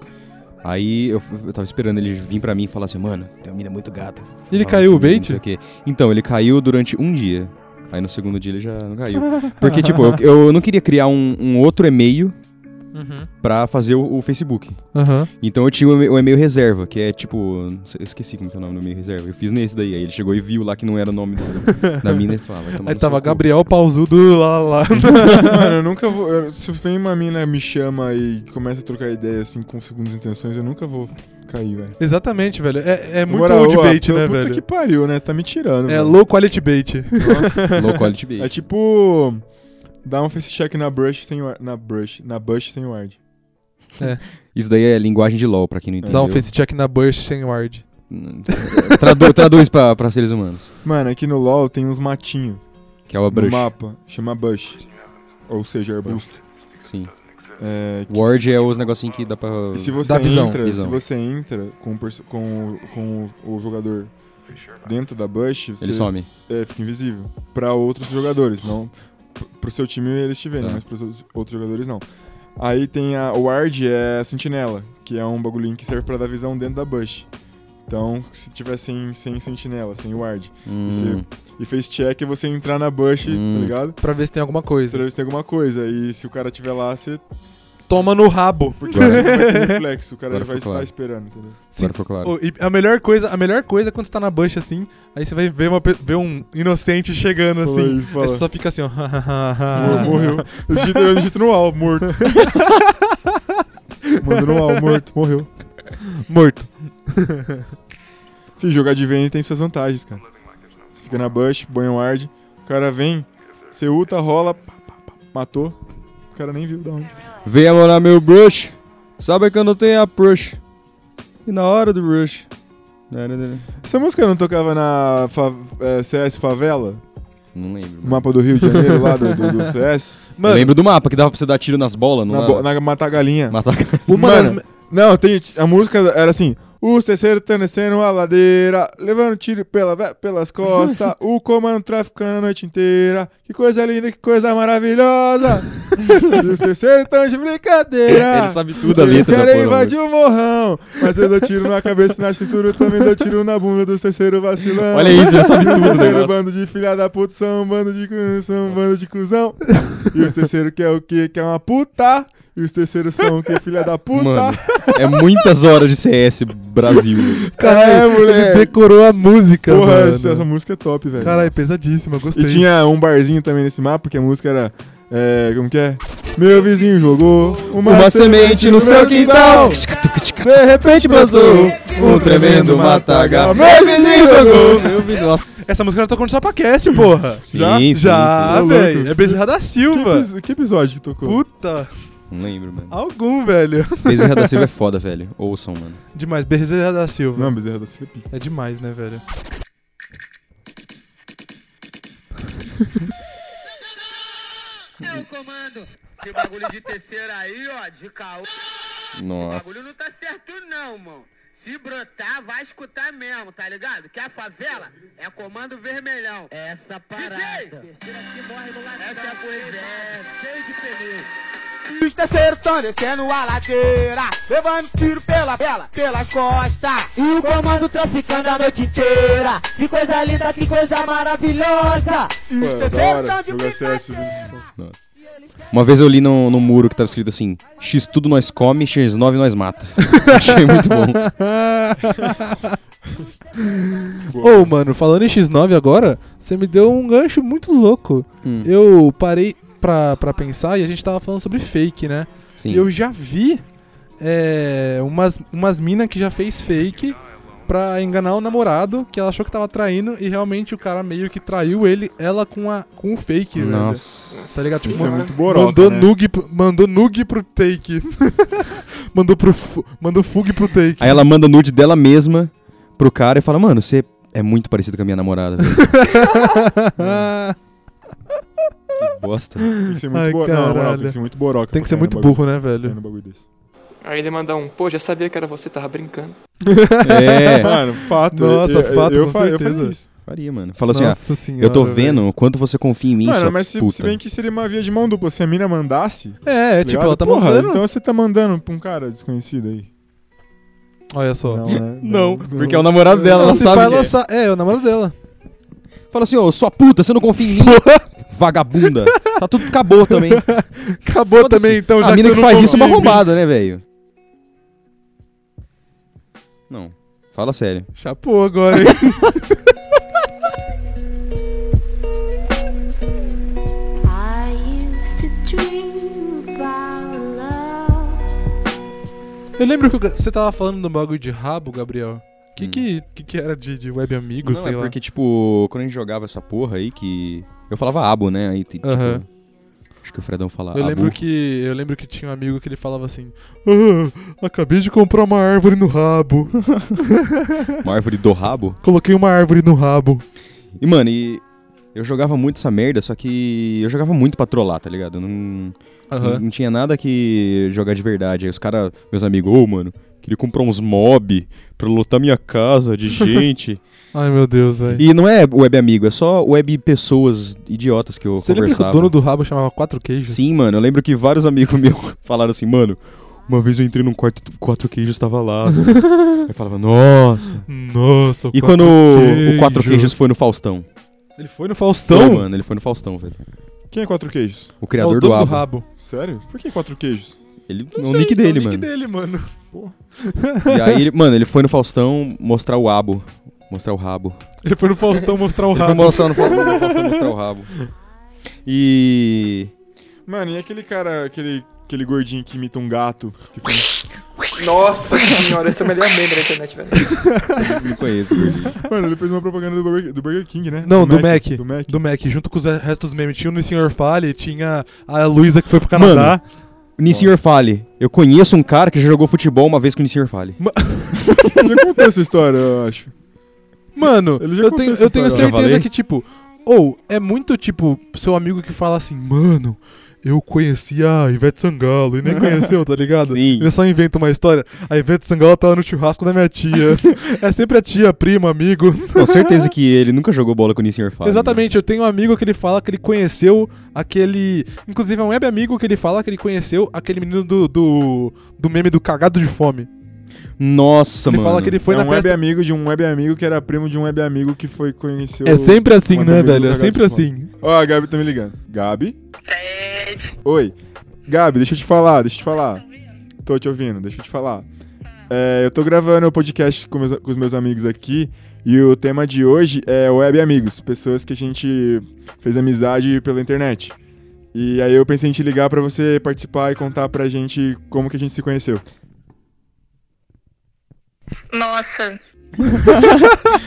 Aí eu, f- eu tava esperando ele vir pra mim e falar assim, mano, tem uma mina muito gata. E Ele Falando caiu o comigo, Não bait? sei o quê. Então, ele caiu durante um dia. Aí no segundo dia ele já não caiu. Porque, tipo, eu, eu não queria criar um, um outro e-mail pra fazer o, o Facebook. Aham. Então eu tinha o e- o e-mail reserva, que é tipo. não sei- Eu esqueci como que é o nome do e-mail reserva. Eu fiz nesse daí. Aí ele chegou e viu lá que não era o nome do- da mina e falou, "Ah, vai tomar Aí no tava seu cu." Gabriel Pauzudo lá lá. Mano, eu nunca vou. eu- se vem uma mina me chama e começa a trocar ideia assim com segundas intenções, eu nunca vou cair, velho. Exatamente, velho. É, é muito Agora, old ó, bait, pela né, puta velho? que pariu, né? Tá me tirando. É velho. low quality bait. Low quality bait. É tipo. Dar um face check na brush sem ward. Na brush. Na bush sem ward. Isso daí é linguagem de LOL, pra quem não entendeu. Hum, Dá um face check na Bush sem ward. Tradu- traduz pra, pra seres humanos. Mano, aqui no LOL tem uns matinhos. Que é o no brush. mapa, chama Bush. Ou seja, arbusto. Sim. É, que Ward é os negocinhos que dá pra. se- Se você Dá visão, entra, visão. se você entra com, o perso- com, o- com o, o jogador dentro da Bush, Ele você some. é, fica invisível. Pra outros jogadores, não. pro- Pro seu time eles te verem, Tá. mas pros outros- outros jogadores não. Aí tem a o Ward, é a sentinela, que é um bagulhinho que serve pra dar visão dentro da Bush. Então, se tiver sem, sem sentinela, sem Ward, Hum, Esse- e fez check, é você entrar na Bush, tá Hum. ligado? Pra ver se tem alguma coisa. Você tem alguma coisa, e se o cara tiver lá, você Toma no rabo. Porque você não vai ter um reflexo, o cara Agora vai estar ficou claro. esperando, entendeu? Sim. Agora ficou claro. Oh, e a melhor coisa, a melhor coisa é quando você tá na Bush assim, aí você vai ver, uma pe- ver um inocente chegando Fala é assim. isso, Aí fala. você só fica assim, ó. Mor- Morreu. Eu digito, eu digito no al, morto. Mandou no UOL, morto, morreu. Morto. Fih, jogar de Vayne tem suas vantagens, cara. Você fica na bush, banho ward, o cara vem, você ulta, rola, pá, pá, pá, matou. O cara nem viu da onde. Venha morar meu brush. Sabe que eu não tenho a brush. E na hora do brush. Essa música não tocava na fa- eh, CS Favela? Não lembro. O mapa do Rio de Janeiro lá do, do- do CS? Eu lembro do mapa que dava pra você dar tiro nas bolas, não Na, bo- dava? na Matar Galinha. Matar cara. Uma Mano, das me- Não, tem, a música era assim. Os terceiros estão descendo a ladeira, levando tiro pela, ve- pelas costas, o comando traficando a noite inteira. Que coisa linda, que coisa maravilhosa! E os terceiros estão de brincadeira! Ele sabe tudo a Eles letra da querem porra, invadir o morrão, mas eu dou tiro na cabeça e na cintura, eu também dou tiro na bunda dos terceiros vacilão. Olha isso, ele sabe tudo, Os terceiros, negócio. bando de filha da puta, são um bando de cuzão, são um bando de cuzão. E os terceiros quer o quê? Quer uma puta. E os terceiros são o quê? Filha da puta. Mano, é muitas horas de CS Brasil. velho. Caralho, é, moleque. ele decorou a música, Porra, mano. essa, essa música é top, velho. Caralho, pesadíssima, eu E gostei. tinha um barzinho também nesse mapa, que a música era. É, como que é? Meu vizinho jogou uma, Uma semente no seu quintal. De repente brotou Um tremendo matagal. Meu vizinho jogou. Meu vizinho. Nossa. Essa música ela tocou no Sapacast, porra. Já? Sim, sim, Já, sim. Ô, velho. louco. É Bezerra da Que, Silva. epi- que episódio que tocou? Puta. Não lembro, mano. Algum, velho. Bezerra da Silva é foda, velho. Ouçam, mano. Demais, Bezerra da Silva. Não, Bezerra da Silva. é pica. É demais, né, velho? É o comando. Esse bagulho de terceiro aí, ó, de caô. Esse Nossa. bagulho não tá certo não, mano. Se brotar, vai escutar mesmo, tá ligado? Que a favela é comando vermelhão. É essa parada. DJ! Terceira que morre no ladrão. Essa é a poesia. Cheio de pneu. Os terceiros estão descendo a ladeira Levando tiro pela vela, pelas costas E o comando traficando a noite inteira Que coisa linda, que coisa maravilhosa E os Mano, da terceiros estão hora. de Jogar CS, vídeo de som. Nossa. Uma vez eu li no, no muro que tava escrito assim: X tudo nós come, X9 nós mata. Achei muito bom. Ô, mano, falando em X9 agora, você me deu um gancho muito louco. Hum. Eu parei pra, pra pensar e a gente tava falando sobre fake, né? Sim. E eu já vi é, umas, umas minas que já fez fake pra enganar o namorado, que ela achou que tava traindo e realmente o cara meio que traiu ele, ela com, a, com o fake, velho. Nossa. Tá ligado? Tipo, Isso é ma- muito borota, mandou, né? nug, pro- mandou nug pro take. mandou, pro, fu- mandou fug pro take. Aí ela manda nude dela mesma pro cara e fala: Mano, você é muito parecido com a minha namorada. velho." Ah, que bosta. Tem que ser muito Ai, bo- não, na moral, caralho. tem que ser muito boroca. tem que pra ser muito cair no É, bagulho- burro, né, cair velho? no bagulho desse. Aí ele manda um, pô, já sabia que era você, tava brincando. É. Mano, fato. Nossa, eu- eu- fato, eu, com fa- eu certeza. faria isso. Faria, mano. Falou assim: ó, Nossa senhora. Eu tô velho. vendo o quanto você confia em mim, Mano, sua mas se, puta. se bem que seria uma via de mão dupla. Se a mina mandasse. É, é tipo, ligado? ela tá Porra, mandando. Então você tá mandando pra um cara desconhecido aí. Olha só. né? Não, porque é o namorado dela, ela se sabe. pá, que é. ela sa- é. é, o namorado dela. Fala assim, ô, sua puta, você não confia em mim? Vagabunda. Tá tudo, acabou também. Acabou Foda-se. também, então, já a mina que, você que, não faz isso é uma confia em mim. arrombada, né, velho? Não. Fala sério. Chapou agora, hein? I used to dream about love. Eu lembro que o Ga- você tava falando do bagulho de rabo, Gabriel. Que que, que que era de, de web amigo, Hum. não, sei é lá. porque, tipo, quando a gente jogava essa porra aí, que... Eu falava abo, né? Aí, tipo, Aham. Acho que o Fredão fala Eu abu. lembro, que, eu lembro que tinha um amigo que ele falava assim: "Ah, Acabei de comprar uma árvore no rabo. Uma árvore do rabo. Coloquei uma árvore no rabo. E, mano, e... Eu jogava muito essa merda, só que eu jogava muito pra trollar, tá ligado? Eu não, Não, não tinha nada que jogar de verdade. Aí os caras, meus amigos, ô, mano, queria comprar uns mob pra lotar minha casa de gente. Ai meu Deus, velho. e não é web amigo, é só web pessoas idiotas que eu Você lembra que o conversava. dono do rabo chamava quatro queijos? Sim, mano, eu lembro que vários amigos meus falaram assim, mano, uma vez eu entrei num quarto, quatro queijos tava lá. né? eu falava, nossa. Nossa, o E Quatro quando o- o quatro Queijos. queijos foi no Faustão? Ele foi no Faustão? Foi, mano, ele foi no Faustão, velho. Quem é quatro queijos? É O o dono criador do, do Abo. rabo. Sério? Por que quatro queijos? Ele, é Não o sei, nick então, dele, o mano. nick dele, mano. E aí, ele- mano, ele foi no Faustão mostrar o abo. Mostrar o rabo. Ele foi no Faustão mostrar o Ele foi rabo. mostrar no Faustão, no Faustão mostrar o rabo. E. Mano, e aquele cara, aquele Aquele gordinho que imita um gato. que fica- Nossa senhora, esse é o melhor meme da internet, velho. Não conheço, gordinho. Mano, ele fez uma propaganda do Burger, do Burger King, né? Não, do, Mac, Do Mac. Do Mac, junto com os restos dos memes. Tinha o Luiz Senhor Fale, tinha a Luísa que foi pro Canadá. Nissin Orfale. Eu conheço um cara que já jogou futebol uma vez com o Nissin Orfale. Eu já contei essa história, eu acho. Mano, Ele já eu contou tenho, essa eu tenho história, eu já certeza falei. que, tipo, ou é muito tipo seu amigo que fala assim, mano, eu conheci a Ivete Sangalo e nem conheceu, tá ligado? Sim. Ele só inventa uma história. A Ivete Sangalo tava no churrasco da minha tia. é sempre a tia, prima, amigo. Com certeza que ele nunca jogou bola com o Nissin Orfale. Exatamente, eu tenho um amigo que ele fala que ele conheceu aquele. Inclusive, é um web amigo que ele fala que ele conheceu aquele menino do, do, do meme do cagado de fome. né? Nossa, ele mano. fala que ele foi é na um festa. web amigo de um web amigo que era primo de um web amigo que foi conhecer É o- sempre assim, um né, amigo do velho? É cagado sempre de fome. assim. Ó, a Gabi tá me ligando. Gabi? Oi. Gabi, deixa eu te falar, deixa eu te falar. Tô te ouvindo, deixa eu te falar. É, eu tô gravando o podcast com, meus- com os meus amigos aqui e o tema de hoje é web amigos, pessoas que a gente fez amizade pela internet. E aí eu pensei em te ligar pra você participar e contar pra gente como que a gente se conheceu. Nossa,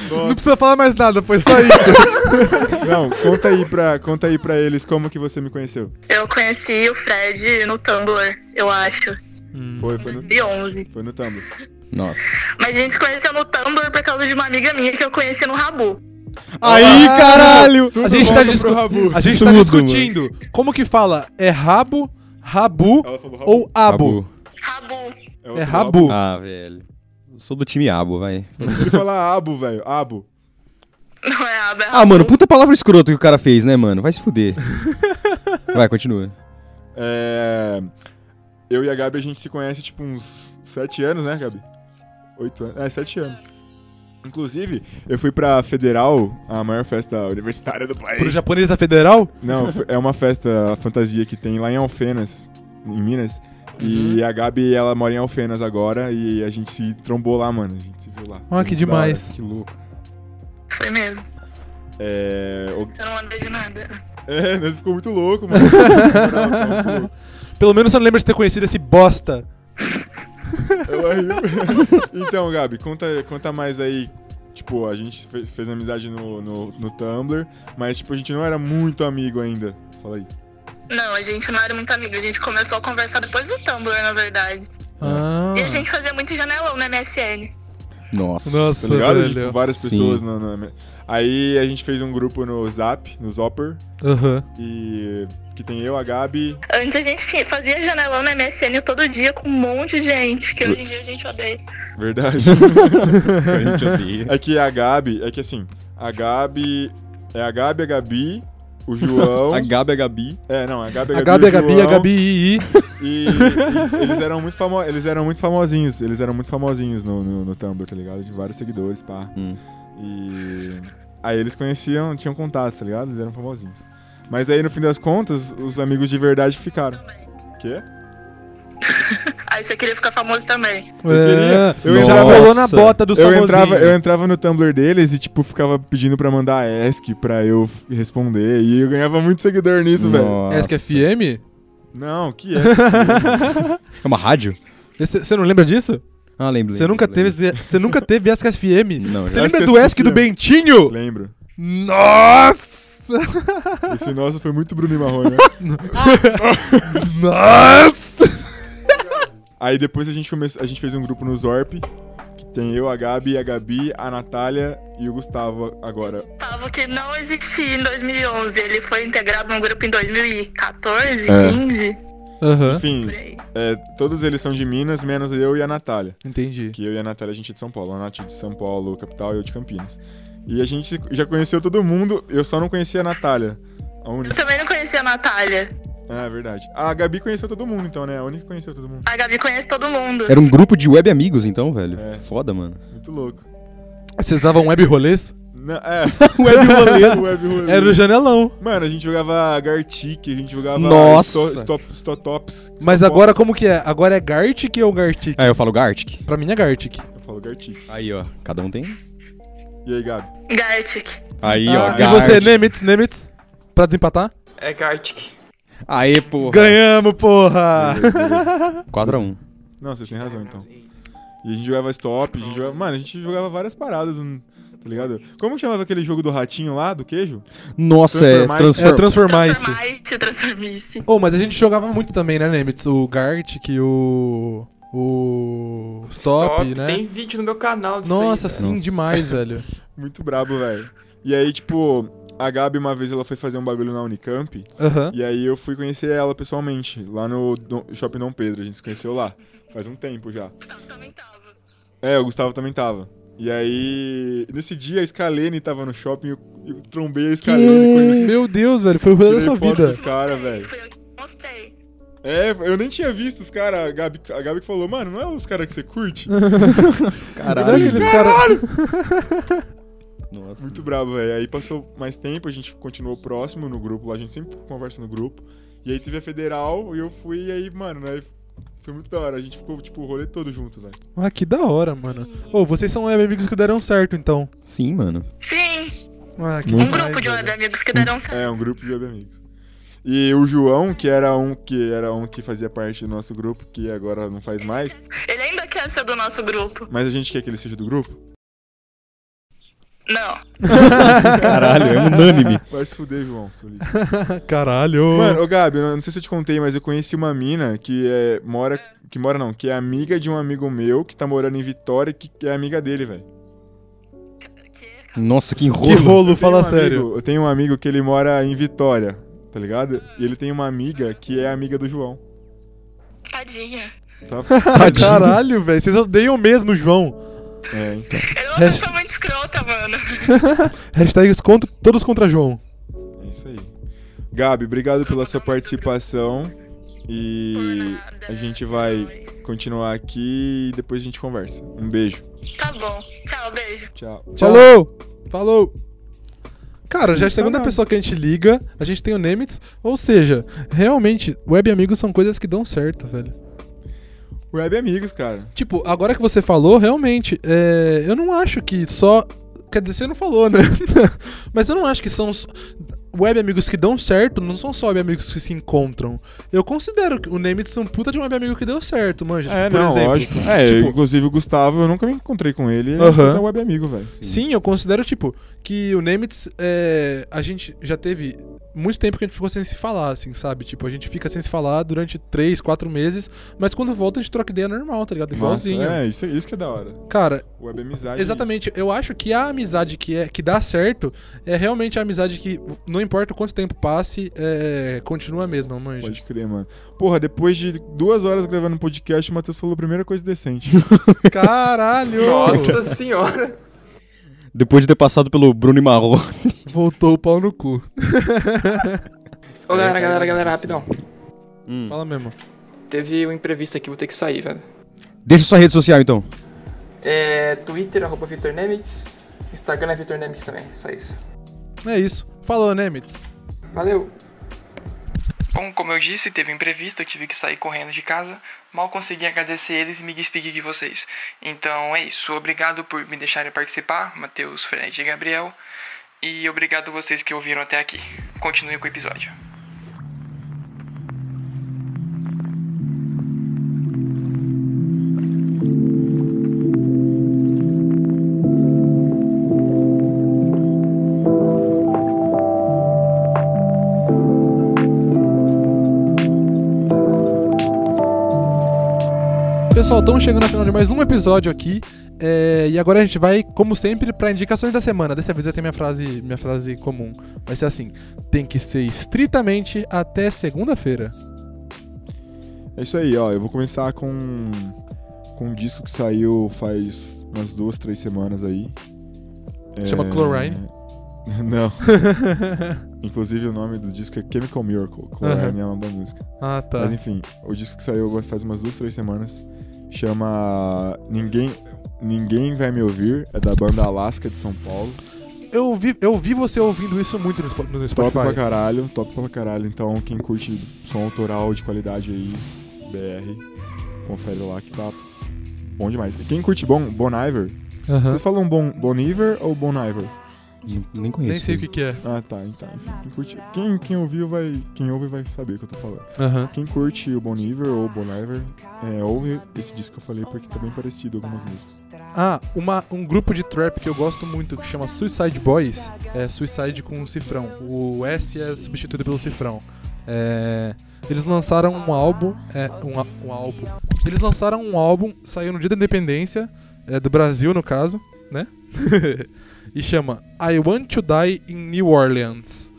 Não precisa falar mais nada, foi só isso. Não, conta aí pra, conta aí pra eles como que você me conheceu. eu conheci o Fred no Tumblr, eu acho, Foi, foi no, 2011. foi no Tumblr. Nossa. Mas a gente se conheceu no Tumblr por causa de uma amiga minha que eu conheci no Rabu. Aí, caralho! Tudo a gente tá, volta discu- pro Rabu. a gente tá discutindo como que fala? É rabo, rabu Ela falou Rabu. ou abo? Abu. Rabu. Ela É falou rabu. Ah, velho. Eu sou do time Abo, vai. Ele fala abo, velho. Abo. Não é aba, é Ah, mano, puta palavra escrota que o cara fez, né, mano? Vai se fuder. vai, continua. É... Eu e a Gabi, a gente se conhece, tipo, uns sete anos, né, Gabi? Oito anos. É, sete anos. Inclusive, eu fui pra Federal, a maior festa universitária do país. Pro japonês da federal? Não, foi- é uma festa fantasia que tem lá em Alfenas, em Minas. E a Gabi, ela mora em Alfenas agora e a gente se trombou lá, mano. A gente se viu lá. Ah, que Muito da hora, demais. Que louco. Foi mesmo. É... o- Você não anda de nada. é, nós ficou muito louco, mano. Na moral, ficou muito louco. Pelo menos você não lembra de ter conhecido esse bosta. Ela riu. então, Gabi, conta, conta mais aí. Tipo, a gente fe- fez, amizade no, no, no Tumblr, mas tipo, a gente não era muito amigo ainda. Fala aí. Tá Não, a gente não era muito amiga, a gente começou a conversar depois do Tumblr, na verdade. Ah. E a gente fazia muito janelão no MSN. Nossa. Nossa. Tá ligado? velho. Tipo, várias Sim. pessoas no, no- Aí a gente fez um grupo no Zap, no Zopper, Aham. e. Que tem eu, a Gabi. Antes a gente tinha- fazia janelão no MSN todo dia com um monte de gente, que hoje em dia a gente odeia. Verdade. A gente odeia. é que a Gabi. É que assim, a Gabi. É a Gabi, a Gabi, o João. A Gabi é a Gabi. É, não, a Gabi, A Gabi, a o Gabi, a João. Gabi, i, i. E, e eles, eram muito famo eles eram muito famosinhos. Eles eram muito famosinhos no, no, no Tumblr, tá ligado? De vários seguidores, pá. Hum. E. Aí eles conheciam, tinham contato, tá ligado? Eles eram famosinhos. Mas aí, no fim das contas, os amigos de verdade que ficaram. Quê? Aí você queria ficar famoso também. Eu É, queria- eu já entrava- rolou na bota do Eu entrava, né? eu entrava no Tumblr deles e, tipo, ficava pedindo pra mandar ESC pra eu f- responder. E eu ganhava muito seguidor nisso, velho. ESC FM? Não, que ESC? É uma rádio? Você não lembra disso? Ah, lembro. Você nunca teve, você nunca teve ESC FM? Não, Você já lembra ESC do ESC do FM. Bentinho? Lembro. Nossa! Esse nosso foi muito Bruno e Marrone, né? Nossa! Aí depois a gente começou, a gente fez um grupo no Zorp, que tem eu, a Gabi, a Gabi, a Natália e o Gustavo agora. Tava que não existia em 2011. Ele foi integrado num grupo em 2014, É. 15. Aham, Enfim, por aí. é, todos eles são de Minas, menos eu e a Natália. entendi. Que eu e a Natália a gente é de São Paulo, a Nath é de São Paulo, capital, e eu de Campinas. E a gente já conheceu todo mundo, eu só não conhecia a Natália. A Eu única. também não conhecia a Natália. Ah, é verdade. A Gabi conheceu todo mundo, então, né? A única que conheceu todo mundo. A Gabi conhece todo mundo. Era um grupo de web amigos, então, velho. É. Foda, mano. Muito louco. Vocês davam web rolês? Não, é. Web rolês. Web rolês. Era o janelão. Mano, a gente jogava Gartic, a gente jogava Nossa! Sto- Stop- Stotops. Mas Stopops. agora como que é? Agora é Gartic ou Gartic? Aí eu falo Gartic. Pra mim é Gartic. Eu falo Gartic. Aí, ó. Cada um tem. E aí, Gabi? Gartic. Aí, ó. Ah, e Gartic. você, Nemitz, Nemitz? Pra desempatar? É Gartic. Aê, porra. Ganhamos, porra! 4x1. Não, vocês têm razão, então. E a gente jogava stop, a gente jogava... Mano, a gente jogava várias paradas, hum, tá ligado? Como que chamava aquele jogo do ratinho lá, do queijo? Nossa, é Transformar- É transform... transformar isso. Transformice, transformice. Oh, mas a gente jogava muito também, né, Nemitz? O Gart, que o. O. Stop, né? Tem vídeo no meu canal disso Nossa, aí, velho. sim, demais, velho. Muito brabo, velho. E aí, tipo, a Gabi uma vez ela foi fazer um bagulho na Unicamp. Aham. E aí eu fui conhecer ela pessoalmente, lá no Dom- Shopping Dom Pedro. A gente se conheceu lá. Faz um tempo já. Gustavo também tava. É, o Gustavo também tava. E aí, nesse dia a Scalene tava no shopping e eu, eu trombei a Scalene com ele. Meu Deus, velho, foi o rolê da sua Tirei foto vida. dos caras, velho. Foi eu que mostrei. É, eu nem tinha visto os caras. A Gabi, a Gabi que falou, mano, não é os caras que você curte? Não é aqueles caras. Nossa. Muito brabo, velho. Aí passou mais tempo, a gente continuou próximo no grupo lá, a gente sempre conversa no grupo. E aí teve a federal e eu fui, e aí, mano, né? Foi muito da hora. A gente ficou, tipo, o rolê todo junto, velho. Ah, que da hora, mano. Ô, vocês são web amigos que deram certo, então. Sim, mano. Sim, Ah, que um demais, grupo de velho. amigos que deram certo. É, um grupo de amigos. E o João, que era um que era um que fazia parte do nosso grupo, que agora não faz mais, Ele ainda quer ser do nosso grupo. mas a gente quer que ele seja do grupo. Não. Caralho, é unânime. Vai se fuder, João, seu lixo. Caralho. Mano, ô Gabi, eu não sei se eu te contei, mas eu conheci uma mina que é, mora. Que mora não, que é amiga de um amigo meu que tá morando em Vitória, que, que é amiga dele, velho. Que- Nossa, que que rolo, enrolo. Eu tenho um fala amigo- sério. eu tenho um amigo que ele mora em Vitória, tá ligado? E ele tem uma amiga que é amiga do João. Tadinha. Tá? Caralho, velho, vocês odeiam mesmo, João. É, então. Ele é uma pessoa muito escrota, mano. Hashtags contra, todos contra João. É isso aí. Gabi, obrigado pela sua participação. E a gente vai continuar aqui e depois a gente conversa. Um beijo. Tá bom. Tchau, beijo. Tchau. Falou! Falou! Cara, já é a Isso segunda não. pessoa que a gente liga, a gente tem o Nemitz, ou seja, realmente, web amigos são coisas que dão certo, velho. Web amigos, cara. Tipo, agora que você falou, realmente, é, eu não acho que só. Quer dizer, você não falou, né? Mas eu não acho que são. s- Web amigos que dão certo não são só web amigos que se encontram. Eu considero que o Nemitz um puta de um web amigo que deu certo, manja. Tipo, É, por não, exemplo. lógico. É, Tipo- eu, inclusive o Gustavo, eu nunca me encontrei com ele. Ele Aham. é um web amigo, velho. Sim, eu considero, tipo, que o Nemitz, é, a gente já teve muito tempo que a gente ficou sem se falar, assim, sabe? Tipo, a gente fica sem se falar durante 3, 4 meses, mas quando volta a gente troca ideia normal, tá ligado? Nossa, Igualzinho. É, isso, isso que é da hora. Cara, Web amizade. é exatamente, eu acho que a amizade que, é, que dá certo é realmente a amizade que, não importa o quanto tempo passe, é, continua a mesma, isso. manja. Pode crer, mano. Porra, depois de duas horas gravando um podcast, o Matheus falou a primeira coisa decente. Caralho! Nossa senhora. Depois de ter passado pelo Bruno e Marro. Voltou o pau no cu. Ô, galera, galera, galera, rapidão. Fala mesmo. Teve um imprevisto aqui, vou ter que sair, velho. Deixa sua rede social, então. É, Twitter, arroba Vitor Nemitz. Instagram é Vitor Nemitz também, só isso. É isso. Falou, Nemitz. Valeu! Bom, como eu disse, teve um imprevisto, eu tive que sair correndo de casa. Mal consegui agradecer eles e me despedir de vocês. Então é isso, obrigado por me deixarem participar, Matheus, Fred e Gabriel. E obrigado vocês que ouviram até aqui. Continue com o episódio. Pessoal, estamos chegando ao final de mais um episódio aqui. é, e agora a gente vai, como sempre, para indicações da semana. Dessa vez eu tenho minha frase, minha frase comum. Vai ser assim: tem que ser estritamente até segunda-feira. É isso aí, ó. Eu vou começar com, com um disco que saiu faz umas duas, três semanas aí. É, Chama Chlorine? Não. Inclusive o nome do disco é Chemical Miracle. Chlorine é o nome da música. Ah, tá. Mas enfim, o disco que saiu faz umas duas, três semanas chama Ninguém, Ninguém Vai Me Ouvir. É da banda Alaska de São Paulo. Eu ouvi, eu ouvi você ouvindo isso muito no, Spo- no Top pra Spotify. caralho, top pra caralho. Então quem curte som autoral de qualidade aí, BR, confere lá que tá bom demais. E Quem curte bom, Bon Iver, Aham. Vocês falam bon, bon Iver ou Bon Iver? De- Nem conheço. Nem sei o que, que é. Ah, tá, então. enfim, quem, curte- quem, quem ouviu vai. Quem ouve vai saber o que eu tô falando. Aham. Quem curte o Bon Iver ou o Bon Iver, é, ouve esse disco que eu falei porque tá bem parecido algumas músicas. Ah, uma, um grupo de trap que eu gosto muito que chama Suicide Boys é Suicide com um cifrão. O S é substituído pelo cifrão. É, eles lançaram um álbum. É, um, á- um álbum. Eles lançaram um álbum, saiu no dia da independência, é, do Brasil no caso, né? e chama I Want to Die in New Orleans.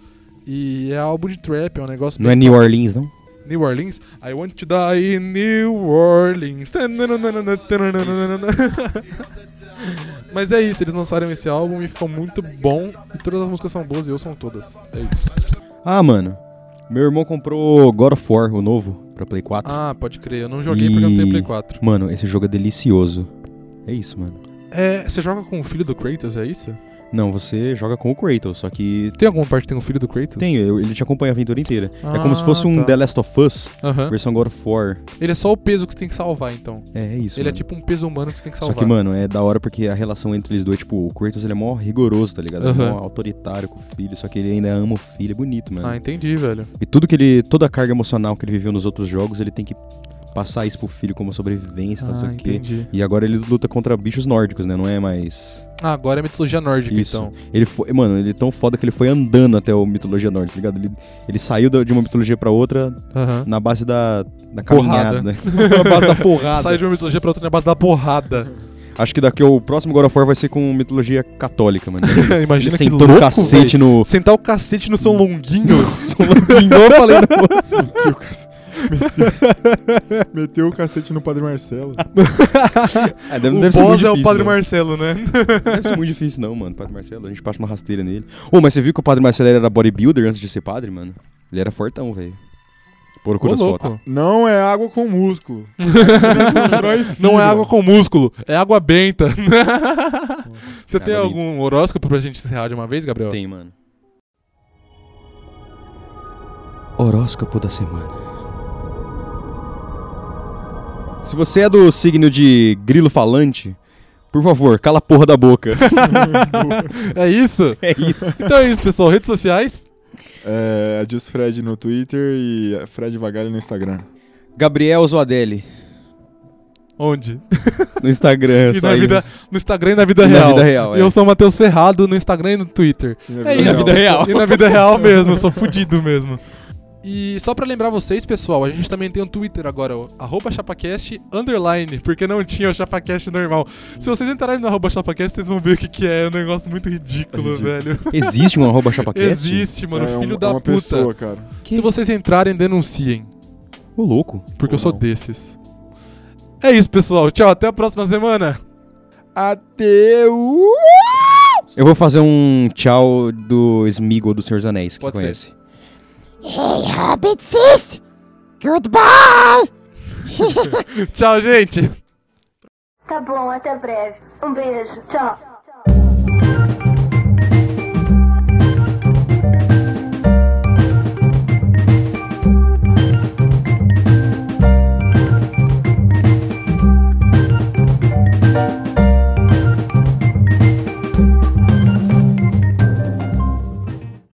E é álbum de trap, é um negócio Não bem é New Orleans, não? New Orleans. I want to die in New Orleans. Mas é isso, eles lançaram esse álbum e ficou muito bom. E todas as músicas são boas e eu são todas. É isso. Ah, mano. Meu irmão comprou God of War, o novo, pra Play 4. Ah, pode crer, eu não joguei porque eu não tenho Play 4. Mano, esse jogo é delicioso. É isso, mano. É, você joga com o filho do Kratos, é isso? Não, você joga com o Kratos, só que. Tem alguma parte que tem o filho do Kratos? Tem, eu- ele te acompanha a aventura inteira. é Ah, como se fosse um tá. The Last of Us, Aham. versão God of War. Ele é só o peso que você tem que salvar, então. É, é isso. Ele é mano. tipo um peso humano que você tem que Só salvar. que, mano, é da hora porque a relação entre eles dois, tipo, o Kratos ele é mó rigoroso, tá ligado? Ele é Aham. mó autoritário com o filho, só que ele ainda ama o filho, é bonito, mano. Ah, entendi, velho. E tudo que ele. toda a carga emocional que ele viveu nos outros jogos, ele tem que passar isso pro filho como sobrevivência, não sei Ah, o quê. entendi. E agora ele luta contra bichos nórdicos, né? Não é mais. Ah, agora é mitologia nórdica, Isso. então. Ele foi. Mano, ele é tão foda que ele foi andando até o mitologia nórdica, tá ligado? Ele, ele saiu da- de uma mitologia pra outra Aham. na base da. da Porrada. caminhada. né? na base da porrada. Sai de uma mitologia pra outra na base da porrada. Acho que daqui o próximo God of War vai ser com mitologia católica, mano. Ele Imagina que sentou louco, no cacete no. Sentar o cacete no São Longuinho. Xingou, eu falei, não. Meteu o cacete, meteu, meteu o cacete no Padre Marcelo. É, deve, o deve ser muito boss é o difícil, Padre mano. Marcelo, né? Deve ser muito difícil, não, mano. Padre Marcelo, a gente passa uma rasteira nele. Ô, mas você viu que o Padre Marcelo era bodybuilder antes de ser padre, mano? Ele era fortão, velho. Procura as fotos. Não é água com músculo. é Não é né? água com músculo, é água benta. Você tem Tá bonito. algum horóscopo pra gente encerrar de uma vez, Gabriel? Tem, mano. Horóscopo da semana. Se você é do signo de grilo falante, por favor, cala a porra da boca. É isso? É isso. Então é isso, pessoal. Redes sociais. É, Just Fred no Twitter e Fred Vagalho no Instagram. Gabriel Zoadelli, Onde? no Instagram, é E só na, isso. vida, no Instagram e na vida E na real. vida real, E é. Eu sou o Matheus Ferrado no Instagram e no Twitter. E na É vida isso. real. E na vida real mesmo, eu sou fudido mesmo. E só pra lembrar vocês, pessoal, a gente também tem um Twitter agora, o arroba chapacast underline, porque não tinha o chapacast normal. Se vocês entrarem no arroba chapacast, vocês vão ver o que, que é, é um negócio muito ridículo, ridículo. velho. Existe um arroba chapacast? Existe, mano, É um- filho é da uma puta. pessoa, cara. Se vocês entrarem, denunciem, Ô, louco. porque eu Ou sou não. desses. É isso, pessoal. Tchau, até a próxima semana. Ateu! Eu vou fazer um tchau do Smeagol do Senhor dos Anéis, que Pode ser. conhece. Tchau, gente. Tá bom, até breve. Um beijo. Tchau.